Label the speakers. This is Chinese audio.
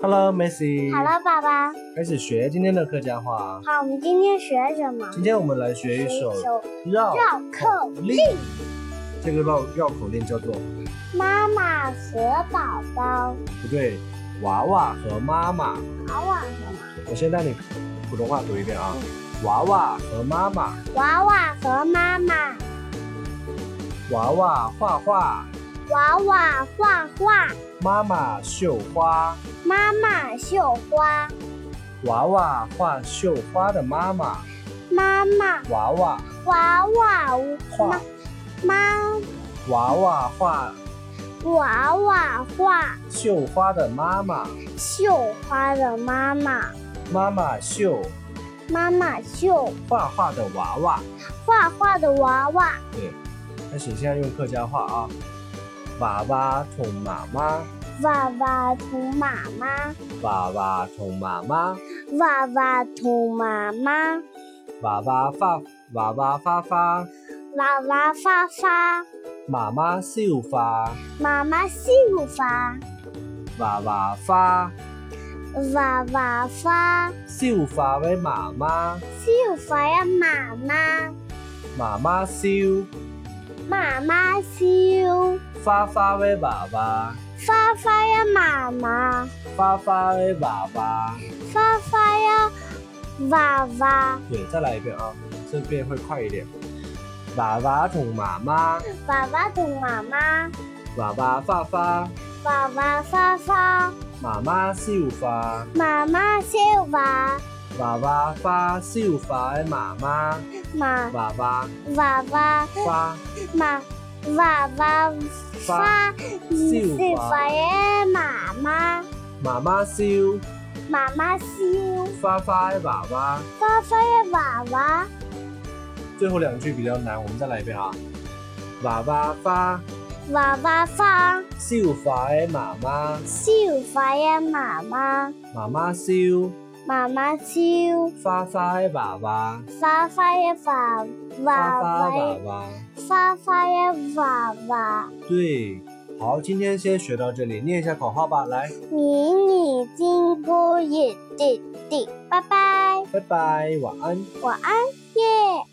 Speaker 1: Hello, Messi。
Speaker 2: Hello，爸爸。
Speaker 1: 开始学今天的客家话。
Speaker 2: 好，我们今天学什么？
Speaker 1: 今天我们来学一首
Speaker 2: 首
Speaker 1: 绕
Speaker 2: 绕口
Speaker 1: 令。这个绕绕口令叫做
Speaker 2: 妈妈和宝宝，
Speaker 1: 不对，娃娃和妈妈。
Speaker 2: 娃娃和
Speaker 1: 我先带你普通话读一遍啊，娃娃和妈妈，
Speaker 2: 娃娃和妈妈，
Speaker 1: 娃娃画画，
Speaker 2: 娃娃画画，
Speaker 1: 妈妈绣花，
Speaker 2: 妈妈绣花，
Speaker 1: 娃娃画绣花的妈妈，
Speaker 2: 妈妈
Speaker 1: 娃娃
Speaker 2: 娃娃
Speaker 1: 画，
Speaker 2: 妈
Speaker 1: 娃娃画
Speaker 2: 娃娃画
Speaker 1: 绣花的妈妈，
Speaker 2: 绣花的妈妈，
Speaker 1: 妈妈绣
Speaker 2: 妈妈绣
Speaker 1: 画画的娃娃。
Speaker 2: 画画的娃娃，
Speaker 1: 对，开始现在用客家话啊，娃娃同妈妈，
Speaker 2: 娃娃同妈妈，
Speaker 1: 娃娃同妈妈，
Speaker 2: 娃娃同妈妈，
Speaker 1: 娃娃发娃娃发发，
Speaker 2: 娃娃发发。
Speaker 1: 妈妈绣花。
Speaker 2: 妈妈绣花，
Speaker 1: 娃娃花，
Speaker 2: 娃娃花，
Speaker 1: 绣花给妈妈，
Speaker 2: 绣花呀，妈妈，
Speaker 1: 妈妈绣，
Speaker 2: 妈妈绣，
Speaker 1: 花花给爸爸，
Speaker 2: 花花呀，妈妈，
Speaker 1: 花花给爸爸。
Speaker 2: 花花呀，娃娃，
Speaker 1: 对，再来一遍啊，这边会快一点。娃娃同妈妈，
Speaker 2: 娃娃同妈妈，
Speaker 1: 娃娃花花，
Speaker 2: 娃娃花花，
Speaker 1: 妈妈绣花，
Speaker 2: 妈妈绣花，
Speaker 1: 娃娃花绣花给妈妈，
Speaker 2: 妈
Speaker 1: 娃娃
Speaker 2: 娃娃
Speaker 1: 花
Speaker 2: 妈娃娃花，
Speaker 1: 绣
Speaker 2: 绣
Speaker 1: 花
Speaker 2: 花呀，妈妈，
Speaker 1: 妈妈绣，
Speaker 2: 妈妈绣，
Speaker 1: 花花给爸爸。
Speaker 2: 花花呀，娃娃。
Speaker 1: 最后两句比较难，我们再来一遍啊。娃娃花，
Speaker 2: 娃娃花，
Speaker 1: 绣花给妈妈。
Speaker 2: 绣花呀，妈妈，
Speaker 1: 妈妈烧
Speaker 2: 妈妈绣，
Speaker 1: 花花的娃娃，
Speaker 2: 花花呀，娃
Speaker 1: 花
Speaker 2: 娃
Speaker 1: 花
Speaker 2: 娃
Speaker 1: 娃
Speaker 2: 呀，
Speaker 1: 娃。
Speaker 2: 花花呀，娃娃。
Speaker 1: 对，好，今天先学到这里，念一下口号吧，来，
Speaker 2: 迷你金箍一滴滴，拜拜，
Speaker 1: 拜拜，晚安。
Speaker 2: 晚安，耶。